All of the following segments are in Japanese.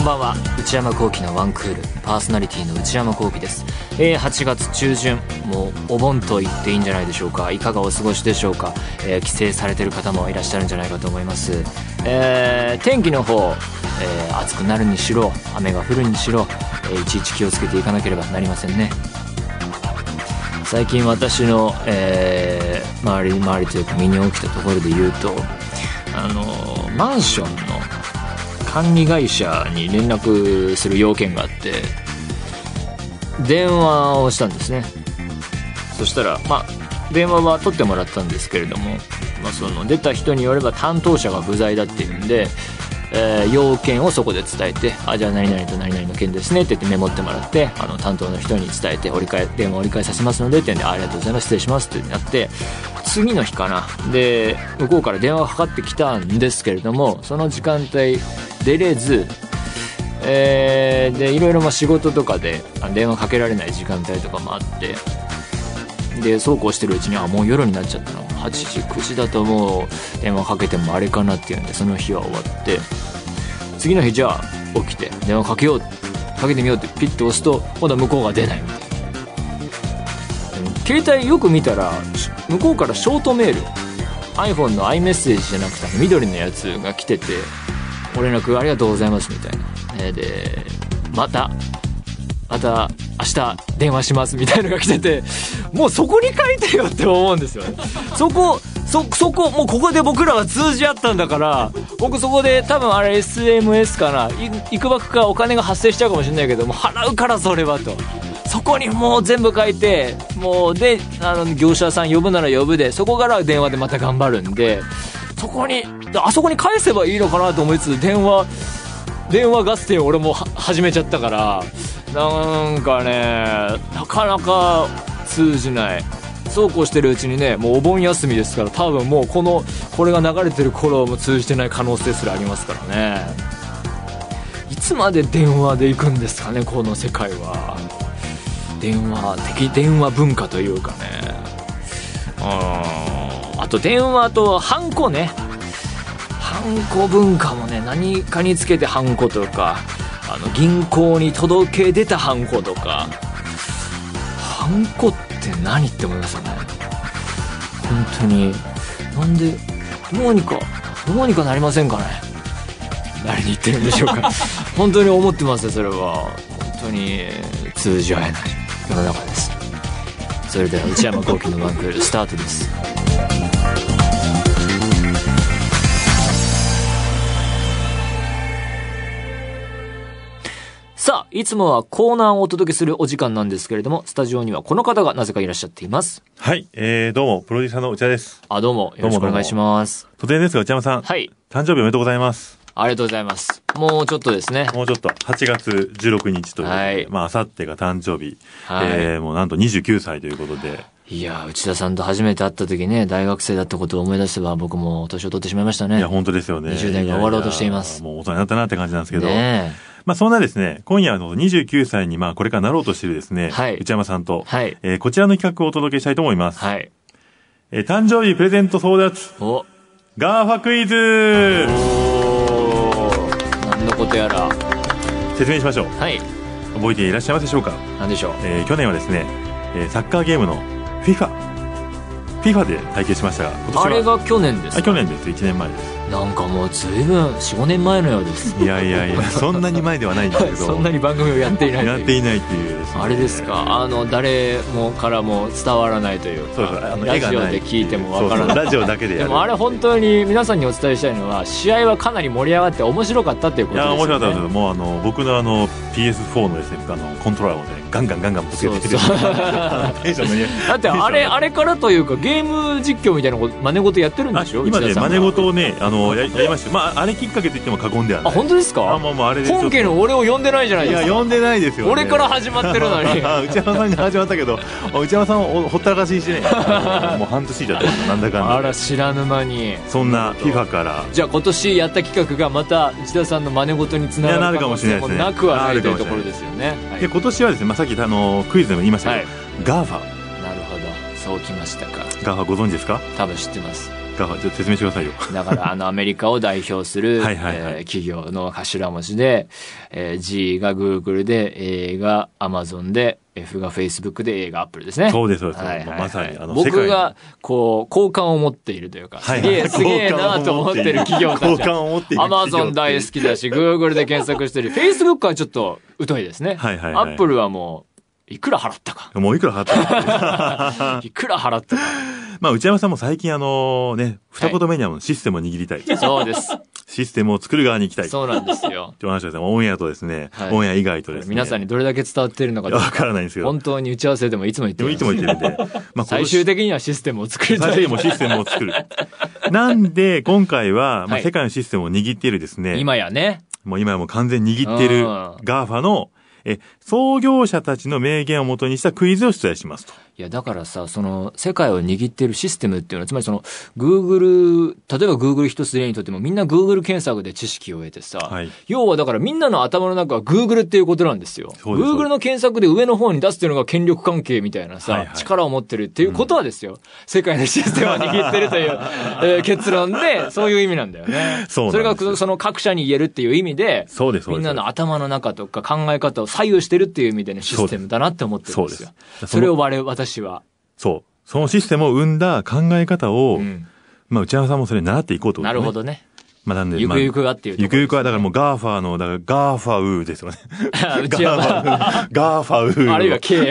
んばんは内山聖輝のワンクールパーソナリティの内山聖輝です、えー8月中旬もうお盆と言っていいんじゃないでしょうかいかがお過ごしでしょうか、えー帰省されてる方もいらっしゃるんじゃないかと思います、えー天気の方、えー暑くなるにしろ雨が降るにしろ、えーいちいち気をつけていかなければなりませんね最近私の、えー周り周りというか身に起きたところで言うとあのマンションの管理会社に連絡する要件があって電話をしたんですねそしたらまあ電話は取ってもらったんですけれども、まあ、その出た人によれば担当者が不在だっていうんで、えー要件をそこで伝えて「あじゃあ何々と何々の件ですね」って言ってメモってもらってあの担当の人に伝えて折り返電話折り返させますのでって言うんで「あありがとうございます失礼します」ってなって次の日かなで向こうから電話がかかってきたんですけれどもその時間帯出れずえーでいろいろまあ仕事とかであ電話かけられない時間帯とかもあってでそうこうしてるうちにはもう夜になっちゃったの8時9時だともう電話かけてもあれかなっていうんでその日は終わって次の日じゃあ起きて電話かけようかけてみようってピッと押すとまだ向こうが出ないみたいなでも携帯よく見たらし向こうからショートメール iPhone の iMessage じゃなくてあの緑のやつが来てて「ご連絡ありがとうございます」みたいな、えーでまたまた明日電話しますみたいのが来ててもうそこに書いてよって思うんですよね そこそそこもうここで僕らは通じ合ったんだから僕そこで多分あれ SMS かないいくばくかお金が発生しちゃうかもしれないけどもう払うからそれはとそこにもう全部書いてもうであの業者さん呼ぶなら呼ぶでそこから電話でまた頑張るんでそこにあそこに返せばいいのかなと思いつつ電話電話合戦を俺もは始めちゃったからなんかねなかなか通じないそうこうしてるうちにねもうお盆休みですから多分もうこのこれが流れてる頃も通じてない可能性すらありますからねいつまで電話で行くんですかねこの世界は電話的電話文化というかねうんあと電話とハンコねハンコ文化もね何かにつけてハンコとかあの銀行に届け出たハンコとかハンコって何って思いましたね本当になんでどうにかどうにかなりませんかね誰に言ってるんでしょうか本当に思ってますよそれは本当に通じ合えない世の中ですそれでは内山聖輝のワンクールスタートですさあ、いつもはコーナーをお届けするお時間なんですけれども、スタジオにはこの方がなぜかいらっしゃっています。はい、えー、どうも、プロデューサーの内田です。あ、どうもよろしくお願いします。突然ですが、内山さん。はい。誕生日おめでとうございます。ありがとうございます。もうちょっとですね。もうちょっと、8月16日ということで、はいまあ、あさってが誕生日。はいえー、もうなんと29歳ということで。いやー、内田さんと初めて会った時ね、大学生だったことを思い出せば僕も年を取ってしまいましたね。いや、本当ですよね。 20代が終わろうとしていますややもう大人になったなって感じなんですけど。ねまあ、そんなですね、今夜の29歳に、まあ、これからなろうとしてるですね、はい内山さんと、はいえーこちらの企画をお届けしたいと思いまえす。はい。えー誕生日プレゼント争奪、おガーファクイズ、おー何のことやら。説明しましょう。はい。覚えていらっしゃいますでしょうかなんでしょう。えー去年はですね、えーサッカーゲームの FIFA、FIFA で対決しましたが、今年はあれが去年ですあ。去年です、1年前 です。なんかもう随分4、5年前のようです。いやいやいや、そんなに前ではないんですけど、 そんなに番組をやっていないとやっいうていないっていうですね、あれですか、あの誰もからも伝わらないというかそうそう、あのラ絵がジオないで聞いてもわからないそうそうラジオだけでやでる。もあれ本当に皆さんにお伝えしたいのは試合はかなり盛り上がって面白かったっていうこいやとです面白かよったねですけど、もうあの僕のあの PS4 のですね、あのコントローラーをね、ガンガンガンガンぶつけてそうそうあのテンションのねだってあれあれからというかゲーム実況みたいなこと真似事やってるんあでしょ今内ね、田さん真が似事をね、あのややりましたよ。まああれきっかけと言っても過言ではなあい。本当ですあかもうもうあれでちょっと本家の俺を呼んでないじゃないいでやすか呼んでないですよ、ね。俺から始まってるのに あ内山さんに始まったけど、あ内山さんをほったらかし にしてね。あのもう半年以上経ったなんだかあんだらで。知らぬ間にそんな FIFA から。じゃあ今年やった企画がまた内田さんの真似事につながる可能性もいやななるくかもしれはなないいでとすねいうところですよねはいで今年はですね、まあ、さっきあのクイズでも言いましたけど、ガーファ、なるほどそうきましたかガーファご存知ですか？多分知ってますガカじゃあ説明してくださいよ。だから、 あの、アメリカを代表する、はいはいはいえー企業の頭文字で、えー G が Google で、A が Amazon で、F が Facebook で、A が Apple ですね。そうです、そうです。はいはいはいまさに、あの、世界僕にが、こう、好感を持っているというか、はすいはげえ、いすげえなと思ってる企業た好ちは。感を持っているアマ企業ゾン大好きだし、Google で検索してる。Facebook はちょっと疎いですね。はいはいはい Apple はもう、いくら払ったか。もういくら払ったのいくら払ったか。まあ、内山さんも最近あのね、二言目にはもうシステムを握りたい。そう です。システムを作る側に行きたい。ってそうなんですよ。お話ですね。オンエアとですね、はいオンエア以外とですね。皆さんにどれだけ伝わっているのかいどやうわかからないんですけど。本当に打ち合わせでもいつも言ってでもるいつも言ってるんで。まあ、最終的にはシステムを作りたい。最終的にもシステムを作る。なんで、今回は、はまあ、い世界のシステムを握っているですね。今やね。もう今やもう完全に握っているうん GAFA の、え、創業者たちの名言をもとにしたクイズを出題しますと。いや、だからさ、その、世界を握っているシステムっていうのは、つまりその、Google、例えば Google 一つ例にとっても、みんな Google 検索で知識を得てさ、はい要はだからみんなの頭の中は Google っていうことなんですよ。そうですそうです Google の検索で上の方に出すっていうのが権力関係みたいなさ、はいはい力を持ってるっていうことはですよ、世界のシステムを握ってるという、 えー結論で、そういう意味なんだよね。そうなんですそれよがその各社に言えるっていう意味で、そうです、そうみです。んなの頭の中とか考え方を左右してるっていう意味でね、システムだなって思ってるんですよ。そそうですれを我々、私は。そう。そのシステムを生んだ考え方を、うんまあ、内山さんもそれに習っていこうと、なるほ。ど ね。まあ、なんで、ゆまあくゆくはっていうところゆくゆくは、だからもうガーファーの、だからガーファウーですよ ね。うちはまあガーファウー。ガーファウー。あるいは K。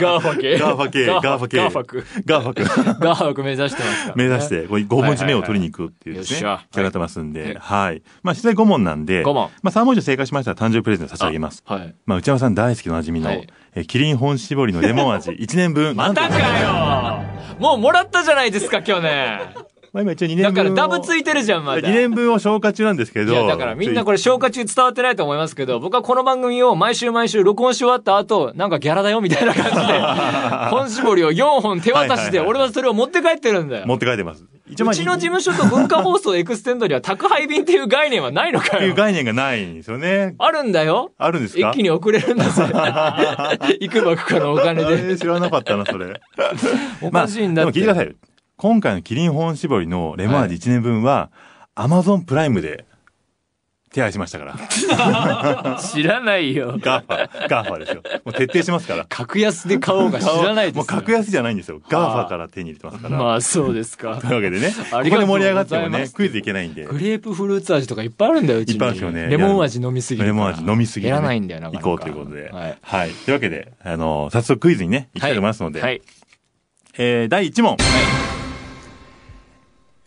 ガーファ系。ガーファ系、ガーファ系。ガーファク。ガーファ ク。ガーファク目指してますからね。目指して、これ5文字目を取りに行くっていうはいはいはいよですね。っしゃ企画になってますんで、はい。まあ、出題5問なんで、 5問まあ、3文字正解しましたら誕生日プレゼント差し上げます。はい。まあ、内山さん大好きなおなじみの、はいえ、キリン本絞りのレモン 味、1年分。またなんとかよもうもらったじゃないですか、去年。 まあ、今一応2年だ分を。からダブついてるじゃん、ま2だ。年分を消化中なんですけいど。や、だからみんなこれ消化中伝わってないと思いますけど、僕はこの番組を毎週毎週録音し終わった後、なんかギャラだよみたいな感じで、 本絞りを4本手渡しで、はいはいはい俺はそれを持って帰ってるんだ持よ。って帰ってます。一うちの事務所と文化放送エクステンドには宅配便っていう概念はないのっかていうよ。概念がないんですよね。あるんだよ。あるんですか一気に遅れるんだ ぜ。いくばくかのお金で。えー知らなかったな、それ。おかしいんだでっも聞いて。てくださいよ。今回のキリン本絞りのレモン味1年分は、アマゾンプライムで手配しましたから。知らないよ。ガーファ、ガーファですよ。もう徹底しますから。格安で買おうか知らないですもよ。う格安じゃないんですよ。ガーファから手に入れてますから。まあそうですかと。いうわけでね、こあこりでがとうご盛りざい上がまっすてもね、クイズいけないんでグ、レープフルーツ味とかいっぱいあるんだよ、うちに。いっぱいあるんですよねレモン味飲みすぎるレから。モン味飲みすぎてねやらないんだよな、行こうということで。はい。はい。というわけで、あの、早速クイズにね、行きたいと思いますので、はい。えー第1問。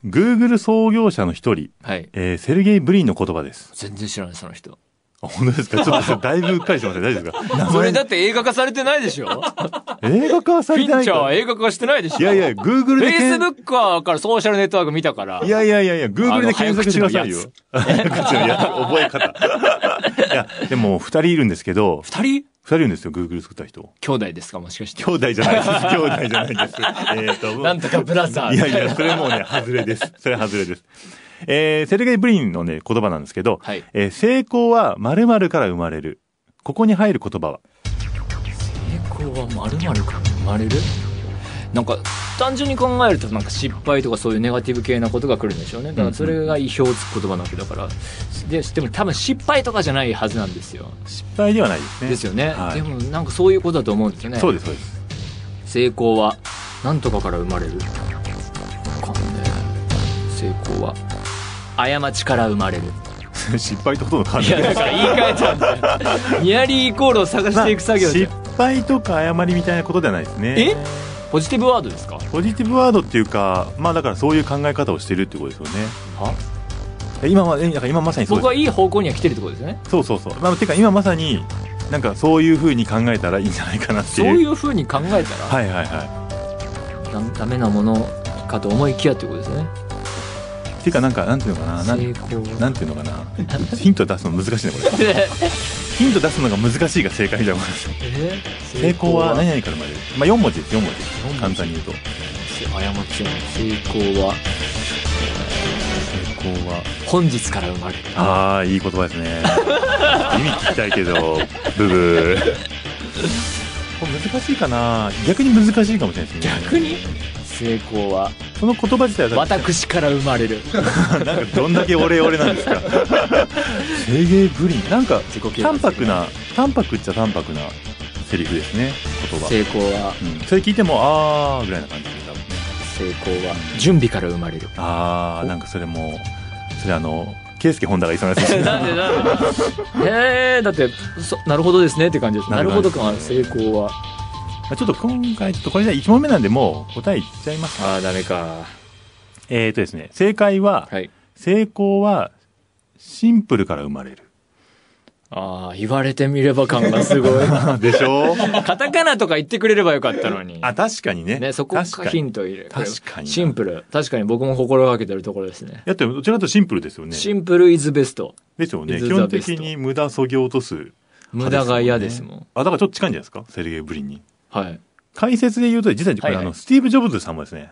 Google 創業者の一人、はい。えーセルゲイ・ブリンの言葉です。全然知らない、その人。あ本当ですかちょっとだいぶうっかりしてますね。大丈夫ですか名それ前だって映画化されてないでしょ フ映画化はさィれンてないチャーはか映画化してないでしょいやいや、Google フでェイス検ブックはからソーシャルネットワーク見たから。いやいやいやいや、Google で検索してくださいよ。口のやつ覚え方。いや、でも、二人いるんですけど、二人二人いるんですよ、Google 作った人。兄弟ですか、もしかして兄。弟じゃない です。兄弟じゃないです。えっ、と、なんとかブラザー。いやいや、それもうね、外れです。それは外れです。えー、セルゲイ・ブリンのね、言葉なんですけど、はいえー成功は〇〇から生まれる。ここに入る言葉は。栄光はまるまるから生まれるなんか単純に考えるとなんか失敗とかそういうネガティブ系なことが来るんでしょうねだからそれが意表をつく言葉なわけだからででも多分失敗とかじゃないはずなんですよ失敗ではないですね。ですよね、はでいもなんかそういうことだと思うんですよねそうです、そうです。成功はなんとかから生まれるわかんねえ成功は過ちから生まれる 失敗とほとんど変わいらやない。だから言い換えちゃうんだよニアリーイコールを探していく作業じゃん、まあ失敗とか誤りみたいなことではないですね。えポジティブワードですかポジティブワードっていうか、まあだからそういう考え方をしてるってことですよね。はえ今は、えだから今まさにそう僕ではいい方向には来てるってことですねす。そうそうそう。まあ、てか今まさに、なんかそういう風に考えたらいいんじゃないかなってそういう。いう風に考えたら、はいはいはダダメなものかと思いきやってことですねい。てかなんか、なんていうのかな。なん成功なんていうのかなヒント出すの難しいねこれでヒント出すのが難しいが正解じゃんこ れえ成功は何々から生まれる、まあ、4文字です4文字です文字簡単に言うと過ちは成功は成功は本日から生まれるああいい言葉ですね 意味聞きたいけどブブーこれ難しいかな逆に難しいかもしれないですね逆に成功はその言葉自体は私から生まれ るなんかどんだけオレオレなんですか制限プリンなんか自己啓発淡白な淡白っちゃ淡白なセリフですね言葉、成功はうん、それ聞いてもあーぐらいな感じで多分ね成功は準備から生まれるあーなんかそれもそれあの圭介本田が言いそうなやつえ ですねなんでなんで へえだってそなるほどですねって感じでしょななるるほほどど感は成功はまあちょっと今回ちょっとこれじゃ1問目なんでもう答え言っちゃいますああダメかえーとですね正解ははい成功はシンプルから生まれ るああ言われてみれば感がすごいでしょ カタカナとか言ってくれればよかったのにあ確かにねね、そこが確かヒにントを入れる。確かにシンプル。確かに僕も心がけてるところですね。やってどちらかというとシンプルですよねシンプルイズベスト。ですよ Is ね。 the 基本的に無駄そぎ落とす。無駄が嫌ですもん。あ、だからちょっと近いんじゃないですかセルゲイ・ブリンに。はい。解説で言うと、実はこれ、はいはいあの、スティーブ・ジョブズさんもですね、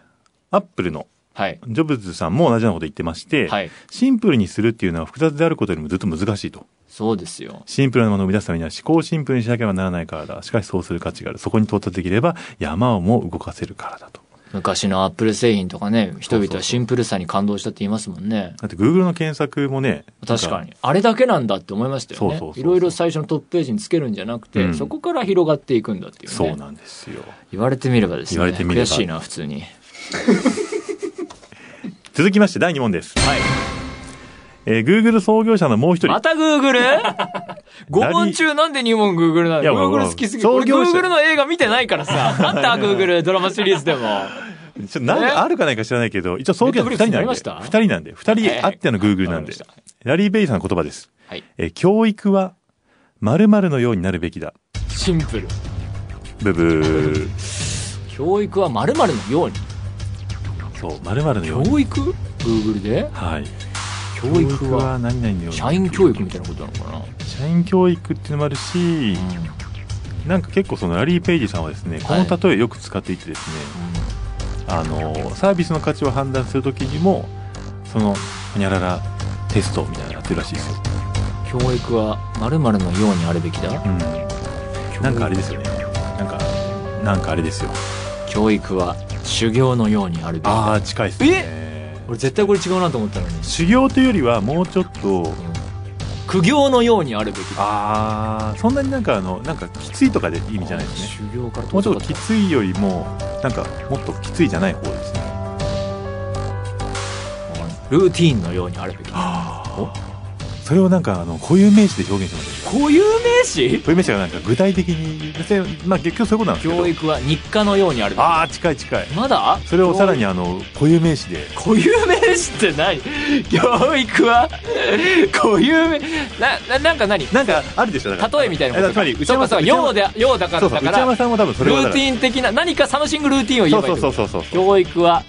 アップルのはい。ジョブズさんも同じようなこと言ってまして、はい。シンプルにするっていうのは複雑であることよりもずっと難しいと。そうですよ。シンプルなものを生み出すためには思考をシンプルにしなければならないからだ。しかしそうする価値がある。そこに到達できれば山をも動かせるからだと。昔のアップル製品とかね、人そう々そうはシンプルさに感動したって言いますもんね。だって Google の検索もね、確かに。に。あれだけなんだって思いましたよそうそうねそう。そういろいろ最初のトップページにつけるんじゃなくて、うんそこから広がっていくんだっていうね。そうなんですよ。言われてみればですね。言われてみれば悔しいな、普通に。続きまして第2問です。はい。えー Google 創業者のもう一人。また Google?5 問中なんで2問 Google なのいやまあ ?Google 好きすぎる。創俺業者 Google の映画見てないからさ。 あった Google ドラマシリーズでも。ちょなんえかあるかないか知らないけど、一応創業者2 Netflix 人なになりまんで、2した人なんで、2人あっての Google なはいはいわかんでりまし、ラリー・ベイさんの言葉です。はい。え、教育は〇〇のようになるべきだ。シンプル。ブブー。教育は〇〇のように。そう、〇〇のように。教育 ?Google ではい。教育は何々のように。社員教育みたいなことなのかな、社員教育っていうのもあるし、なんか結構そのラリー・ペイジさんはですね、こはいの例えよく使っていてですね、あの、サービスの価値を判断するときにも、その、ほにゃららテストみたいなのやってるらしいですよ。うん教育は〇〇のようにあるべきだうん。なんかあれですよね。なんか、なんかあれですよ。教育は修行のようにあるべきだああ、近いですね。俺絶対これ違うなと思ったのに、修行というよりはもうちょっと、苦行のようにあるべきだああ、そんなになんかあの、なんかきついとかで意味じゃないですね。修行からもうちょっと遠ざかきついよりも、なんかもっときついじゃない方ですね。ルーティーンのようにあるべきだおそれをなんかあの、固有名詞で表現してます。固有名詞固有名詞がなんか具体的に、別に、まあ結局そういうことなんですけど。教育は日課のようにあるべきああ、近い近い。まだそれをさらにあの、固有名詞で。固有名詞って何教育は固有名なななんか何なんかあるでしょ、だから。例えみたいなこえとだからつまり、そう内かそ山さ。うんかようでようだからそうそだう、か内ら山さんは多分そルれはだーかテら。ィン的な何かサムシングルーティンを言えばいいそってこうそうそうそうそう。教育は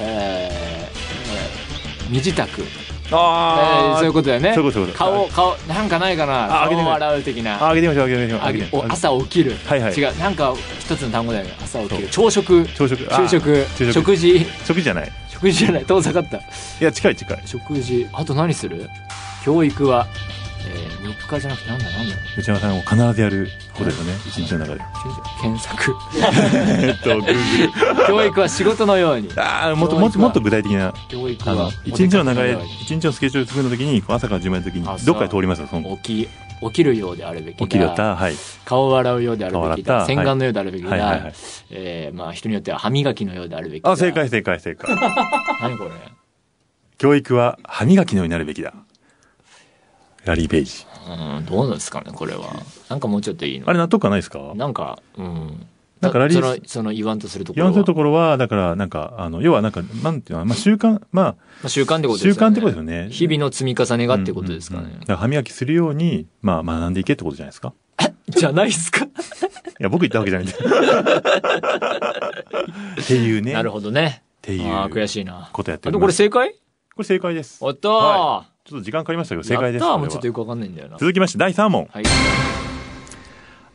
えーえー身支度、えーああ、そういうことだよねそういうことそういうこと顔顔なんかないかなあ上顔げてみをる洗う的なああげてみましょう、あげてみましょう。ああげげてみましょうお朝起きる、はいはい違うなんか一つの単語だよね朝起きる朝食朝食。あー昼食昼食食事食事じゃない。食事じゃない遠ざかったいや、近い近い。食事あと何する教育は、えー、日課じゃなくてなんだなんだ内山さんを必ずやることですよね、一日の中で。検 索えっと、Google。教育は仕事のようにああ、もっと、もっと、もっと具体的な、教育あはの、一日の流れ、一日のスケジュール作るときに、こう朝から始まるときにあ、そうどっかで通りますよ、その、起き起きるようであるべきだ起きるやった、はい。顔を洗うようであるべき顔を洗だった洗顔のようであるべきだ、はいはいはい。えーまあ人によっては歯磨きのようであるべきだあ、正解、正解、正 解。何これ教育は歯磨きのようになるべきだ。ラリー・ペイジ。うんどうなんですかねこれはなんかもうちょっといいのあれ、納得感ないですかなんか、うん。なんかラリーその、その言わんとするとこ言ろわは。んというところは、だから、なんか、あの、要は、なんか、なんていうのは、まあ、習慣、ままあ、習慣ってあ、ことですよね。習慣ってことですよね。日々の積み重ねがってことですかうんうんうんねだ。から歯磨きするように、まあ、学んでいけってことじゃないですか。じゃないです か。いや、僕言ったわけじゃないんだよ っていうね。なるっほどね。ていう。ああ、悔しいな。ことやってあおとりこまれす。正解これ正解です。おっとー、はちょっと時間かかりましたけど、正解です。やったーこもうれちょっはとよくわかんないんだよな。続きまして、第3問。はい。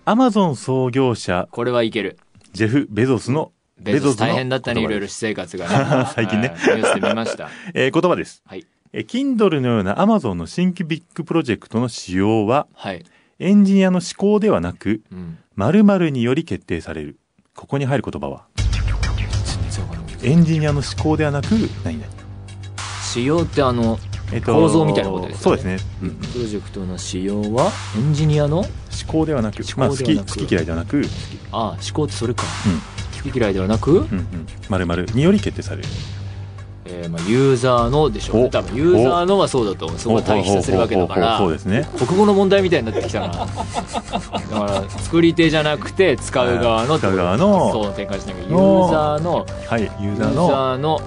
アマゾン創業者、これはいける。ジェフ・ベゾスの、ベゾスの大変だったね、い言葉ろいでろす私生活が、ね。 最近ねはいニュースで見ました。えー言葉です。はい。えー Kindle のようなアマゾンの新規ビッグプロジェクトの使用は、はい。エンジニアの思考ではなく、うん。 〇〇により決定される。ここに入る言葉は全然わかんない。エンジニアの思考ではなく何々、仕様ってあのえっ構造みたいなことですそようねですね、うん、思プロジェクトの仕様はエンジニアの考ではなく思考まあ、好ではきな好くき嫌いではなく、うんああ思考ってそれか好き嫌いではなく、うんうん、まるまるにより決定されるえーまあ、ユーザーのでしょうねお多分ユーザーのはそうだと思うそこは対比させるわけだかほうほうほうほうそうらですね国語の問題みたいになってきたなだから作り手じゃなくて使う側の使う側のそう展開しなきゃユーザーのはいユユーーザザーーのの思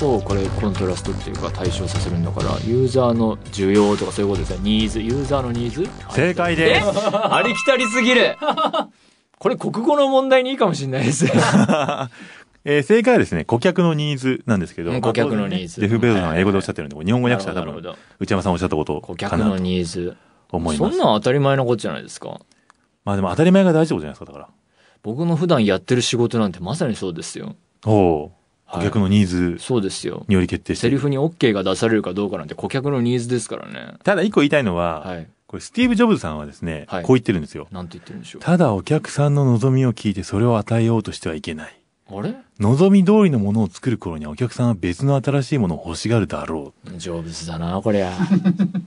考をこれコントラストっていうか対象させるんだからユーザーの需要とかそういうことですねニーズユーザーのニーズ 正解ですありきたりすぎる これ国語の問題にいいかもしれないですえー正解はですね、顧客のニーズなんですけど、うん顧客のニーズまあ当然ねジェフ・ベロさんは英語でおっしゃってるんで、日本語訳者は多 なるほどな分るほど、内山さんおっしゃったこと顧か客なのとニーズ思いそまんす。なん当たり前のことじゃないですかまあでも当たり前が大事ってことじゃないですか、だから。僕の普段やってる仕事なんてまさにそうですよおう顧客のニーズそうですよにより決定してセリる。フに OK が出されるかどうかなんて顧客のニーズですからねただ一個言いたいのは、はいこれスティーブ・ジョブズさんはですね、はいこう言ってるんですよ。なんて言ってるんでしょただお客さんの望みを聞いてそれを与えようとしてはいけない。うあれ望み通りのものを作る頃にはお客さんは別の新しいものを欲しがるだろジョブズだなこりゃ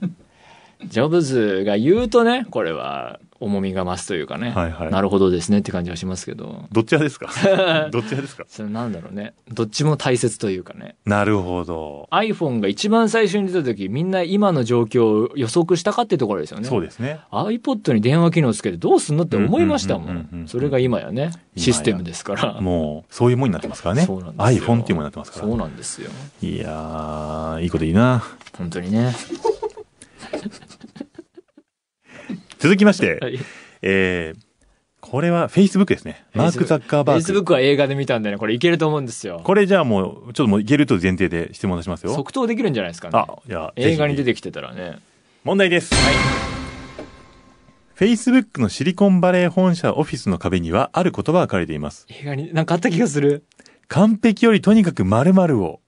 ジョブズが言うとねこれは重みが増すというかね、はいはいなるほどですねって感じはしますけどう。どっち派で すかどっち派ですかそれなんだろうねどっちも大切というかねなるほど。 iPhone が一番最初に出た時みんな今の状況を予測したかってところですよねそうですね。 iPod に電話機能つけてどうすんのって思いましたもうんうんうんうんうんんそれが今やねシステムですからもう、そういうもんになってますからね。そうなんですよ iPhone っていうものになってますかそうら。なんですよいやー、いいこといいな。本当にね続きまして、はいえー、これは Facebook ですね。マーク・ザッカーバーグ。 Facebook は映画で見たんでねこれいけると思うんですよこれじゃあもう、ちょっともういけると前提で質問出しますよ。即答できるんじゃないですかねあ、じゃあ、映画に出ててきてたらね問題です。はい。Facebook のシリコンバレー本社オフィスの壁にはある言葉が書かれています。映画になんかあった気がする完璧よりとにかく〇〇を。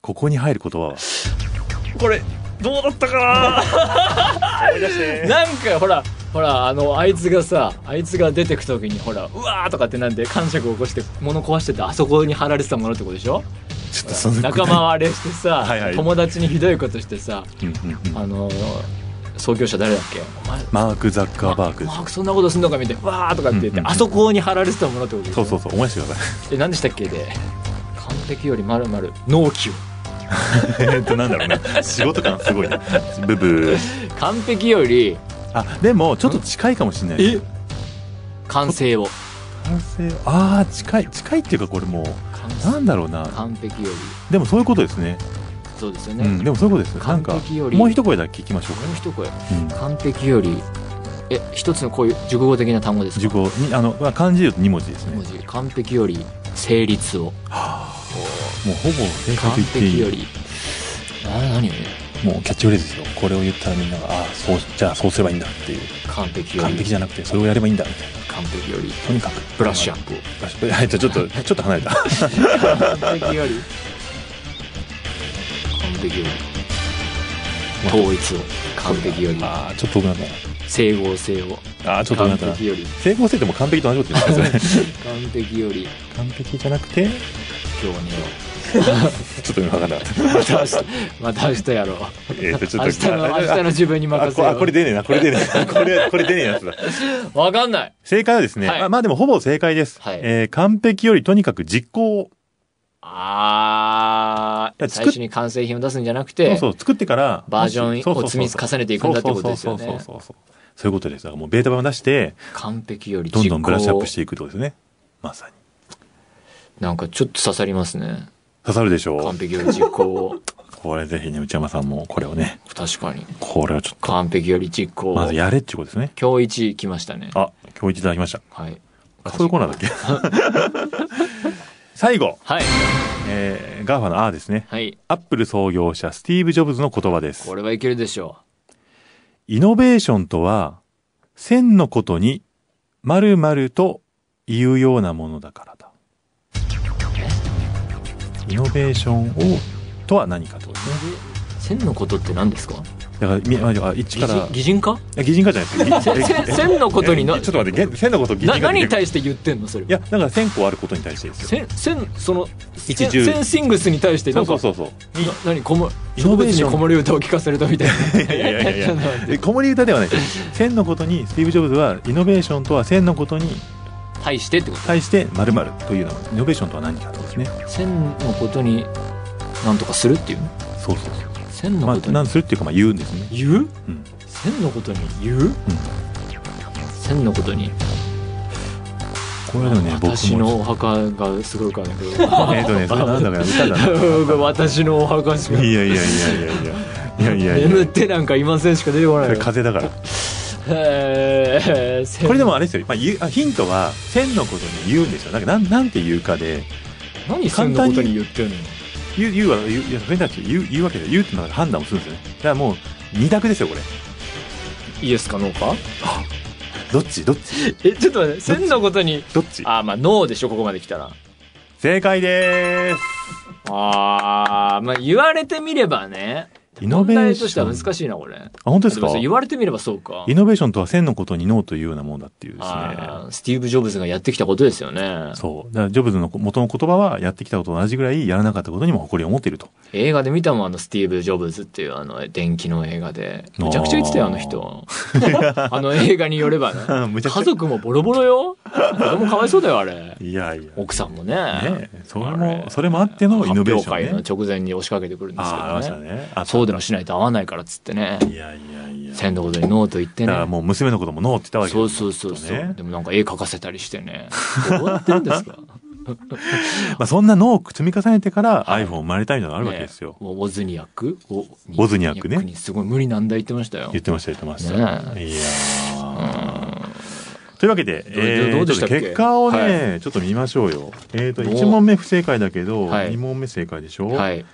ここに入る言葉は。これどうだったか思い出して ななんかほらほらあのあいつがさあいつが出てく時にほらうわーとかってなんで感触を起こして物壊しててあそこに貼られてたものってことでしょちょっとその仲間割れしてさ はいはい友達にひどいことしてさうんうんうんあの創業者誰だっけお前マーク・ザッカーバーグでマすークそんなことすんのかみたいなわーとかって言って、うんうんうんあそこに貼られてたものってことでしそょうそうそう、思い出してください。え何でしたっけで完璧よりまるまる納期を えーっと、なんだろうな。仕事感すごいね。ブブー。完璧よりあ、でも、ちょっと近いかもしれないです。完成を完成。ああ、近い。近いっていうか、これもう、完なんだろうな。完璧よりでもそういうことですね。そうですようね、ん、でもそういうことです。なんか完璧よ、りもう一声だけ聞きましょうもう一声か。うん。完璧よりえ一つのこういう熟語的な単語です熟か語に、あの、まあ、漢字で言うと2文字ですね。文も字う完璧より成立をほぼ正解完と言ってい璧よい。りあ何よりもうキャッチフレーズですよ。これを言ったらみんなが、ああ、そう、じゃあそうすればいいんだっていう。完璧よ完り璧じゃなくて、それをやればいいんだみたいな。完璧よりとにかく。ブラッシュアッップをプ。 はい、じゃあちょっと、ちょっと離れた。完璧より完璧より統一を完璧よりああ、ちょっと遠くなったな。整合性をああ、ちょっと完なんか、璧より成功性でも完璧と同じこと言って ますね。完璧より完璧じゃなくて、今日はねちょっと今分かんなかった。また明日また明日やろうえ っと、ちょっと、明日の明日の自分にああ任せこよあ、これう出ねえな、これ出ねえな。これ、これ出ねえやつだ。わかんない正解はですね、はいまあまあでもほぼ正解です。はいえー完璧よりとにかく実行を、あいーや作っ最初に完成品を出すんじゃなくそうてそう、作ってから、バージョンもしそうそうを積み重ねていくんだってことですよねそうそうそうそうそうそう。そういうことです。だからもうベータ版を出して、完璧よりどん実どんブラッシュア行ッをプしていくってことですね。まさに。なんかちょっと刺さりますね刺さるでしょ完う。璧より実行をこれぜひね、内山さんもこれをね、確かにこれはちょっ完璧より実行と、をまずやれっていうことですね。今日一来ましたねあ、今日いただきました。はいあそういうコーナーだっけ 最後、はいえー、ガーファの R ですね。はいアップル創業者スティーブ・ジョブズの言葉ですこ。れはいけるでしょイノベーションとは、千のことに、〇〇と言うようなものだからだ。イノベーションを、とは何かってことですね。う千のことって何ですかだからみ、まあ、だから一擬から人擬人化いや擬人化じゃないですぎ せ千のことになえちょっと待ってげん千のことを擬人な化何にって対して言ってんのそれいやだから千個あることに対してですよせんせんそのせ一重センシングスに対してそなうんそかうそうそうな何こもイノ植ベ物ーシにョン子守歌を聞かせるとみたいいやいやい やいやなで子守歌ではないです千のことにスティーブ・ジョブズはイノベーションとは千のことに対してってこ対して〇〇というのはイノベーションとは何かとですねと千のことに何とかするっていうのそうそうそう千のまこあとになんするっていうかまあ言うんですね言ううん千のことに言う千のことにこれでもね僕も私のお墓がすごいからねこれえっとねそれなんだかな歌だな 私のお墓しかいやいやいやいやいやいやいや眠ってなんかいませんしか出てこそないれよ風邪だからへーこれでもあれですよ、まあ、言うあヒントは千のことに言うんですよなんかなんなんて言うかで何千のことに言ってんの言う言うは言ういやそれに対して言う言うわけで言うっていうのは判断をするんですよねだからもう二択ですよこれイエスかノーかどっちどっちえちょっと待って千のことにどっちあーまあノーでしょここまで来たら正解ですあーまあ言われてみればねイノベーション問題としては難しいなこれあ本当ですでかもそう言われてみればそうかイノベーションとは千のことにノーというようなものだっていうですあねースティーブ・ジョブズがやってきたことですよねそうだからジョブズの元の言葉はやってきたことと同じぐらいやらなかったことにも誇りを持っていると映画で見たもんあのスティーブ・ジョブズっていうあの電気の映画でむちゃくちゃ言ってたよあの 人あの映画によればねむちゃくちゃ家族もボロボロよ子供かわいそうだよあれいやいや奥さんもねねそれあもそれもあってのイノベーション発表ね会の直前に押しかけてくるんですけあありどましねたねあそうでもしないと合わないからっつってねいやいやいや千のことにノーと言ってだねからもう娘のこともノーって言ったわけそうそうそうそう、ちょっとねでもなんか絵描かせたりしてねどうやってるんですかまあ、そんな脳を積み重ねてから iPhone 生まれたみたいなの があるわけですよね。ウォズニアックウォウォズニアックねにすごい無理難題言ってましたよ言ってました、言ってました。ねいやーというわけで、えーどうでしたっけちょっと結果をね、ちょっと見ましょうよ。えっ、と、お1問目不正解だけど、はい2問目正解でしょ、はい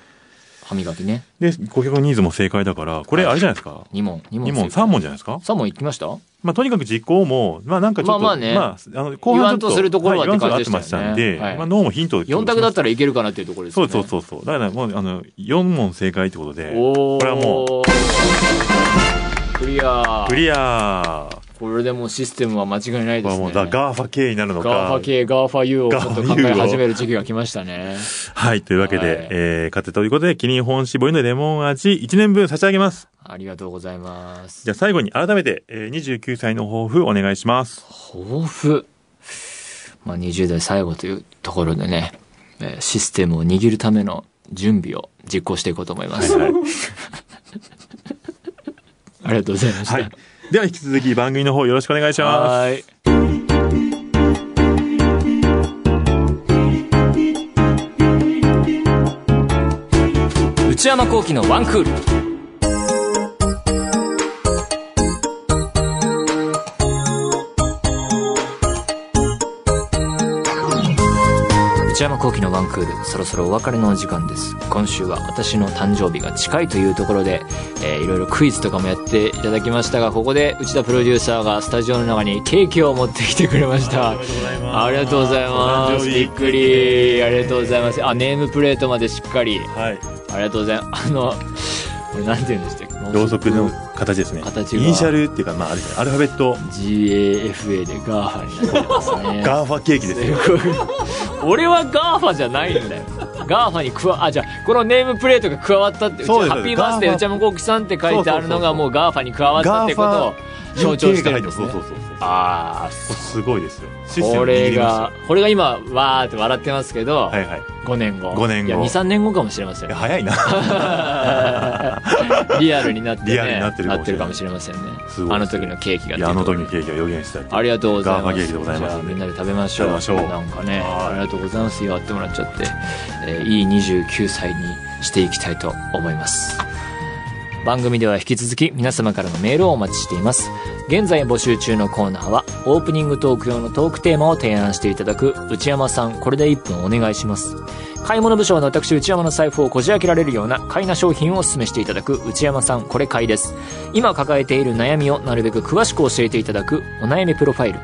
歯磨きねで、顧客のニーズも正解だから、これあれじゃないですか。 2問2問2問、3問じゃないですか3問いきましたまあ、とにかく実行も、まあ、なんかちょっと、まあまあねあの、後半ちょっと、言わんとするところは言わんって感じと合ってまでししたよねたんで、はいまあ、脳もヒント4択だったららいけるかなっていうところですそようねそうそうそう。だからもう、あの、4問正解ってことで、おおこれはもう、クリアクリアー。これでもうシステムは間違いないでこれはすもねうザ・ガーファ系になるのか。ガーファ系ガーファ U をちょっと考ガーえファ U を始める時期が来ましたねはい、というわけで、はいえー、勝てということで、キリン本搾りのレモン味1年分差し上げます。ありがとうございますじゃあ最後に改めて、えー、29歳の抱負お願いします。抱負、まあ、20代最後というところでね、えーシステムを握るための準備を実行していこうと思います。はいありがとうございました。はい。では引き続き番組の方よろしくお願いします。はーい内山幸喜のワンクール。内山幸喜のワンクールそろそろお別れのお時間です今週は私の誕生日が近いというところで、えーいろいろクイズとかもやっていただきましたがここで内田プロデューサーがスタジオの中にケーキを持ってきてくれましたありがとうございますびっくりありがとうございますあネームプレートまでしっかりはい。ありがとうございますあ のこれなんて言うんでしたっけろうそくの形ですね。形がイニシャルっていうか、まあ、あれですねアルファベット、 GAFA でガーファになってます ねガーファケーキですよ。すごい 俺はガーファじゃないんだよガーファに加わあじゃあこのネームプレートが加わったってうちそうですハッピーバースデーガーファ内山幸輝さんって書いてあるのがもうガーファに加わったってことを象徴してるんですねそうそうそうそう。ああすごいですよ。システムこ握りれましたがこれが今わーって笑ってますけど、はいはい。い5年後5年後いや23年後かもしれませんやね早いな。リアルになって、ね、リアルになってるかもしれなかいもしれませんねすごいですねあの時のケーキがいや、あの時のケーキは予言したってありがとうございガまーファケーキす。でございますじゃあみんなで食べましょう。食べましょうなんかね、ありがとうございますよ。やってもらっちゃって、えーいい29歳にしていきたいと思います。番組では引き続き皆様からのメールをお待ちしています。現在募集中のコーナーは、オープニングトーク用のトークテーマを提案していただく、内山さん、これで1分お願いします。買い物部署の私、内山の財布をこじ開けられるような、買いな商品をお勧めしていただく、内山さん、これ買いです。今抱えている悩みをなるべく詳しく教えていただく、お悩みプロファイル。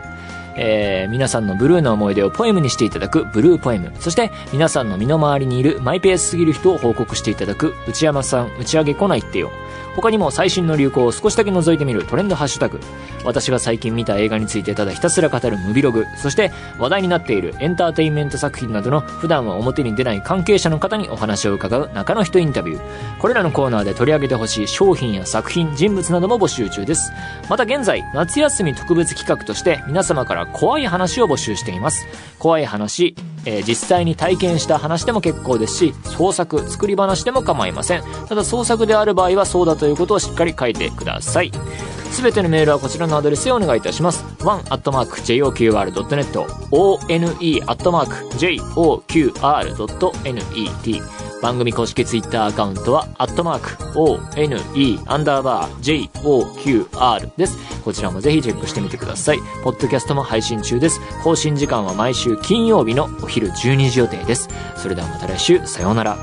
えー皆さんのブルーの思い出をポエムにしていただくブルーポエム、そして皆さんの身の回りにいるマイペースすぎる人を報告していただく内山さん打ち上げ来ないってよ。他にも最新の流行を少しだけ覗いてみるトレンドハッシュタグ、私が最近見た映画についてただひたすら語るムビログ、そして話題になっているエンターテインメント作品などの普段は表に出ない関係者の方にお話を伺う中の人インタビュー。これらのコーナーで取り上げてほしい商品や作品、人物なども募集中です。また現在、夏休み特別企画として皆様から怖い話を募集しています。怖い話、えー実際に体験した話でも結構ですし、創作、作り話でも構いません。ただ創作である場合はそうだということをしっかり書いてください。すべてのメールはこちらのアドレスへお願いいたします。one.joqr.net one.joqr.net 番組公式ツイッターアカウントは、アットマーク、one, アンダーバー、joqr です。こちらもぜひチェックしてみてください。ポッドキャストも配信中です。更新時間は毎週金曜日のお昼12時予定です。それではまた来週、さようなら。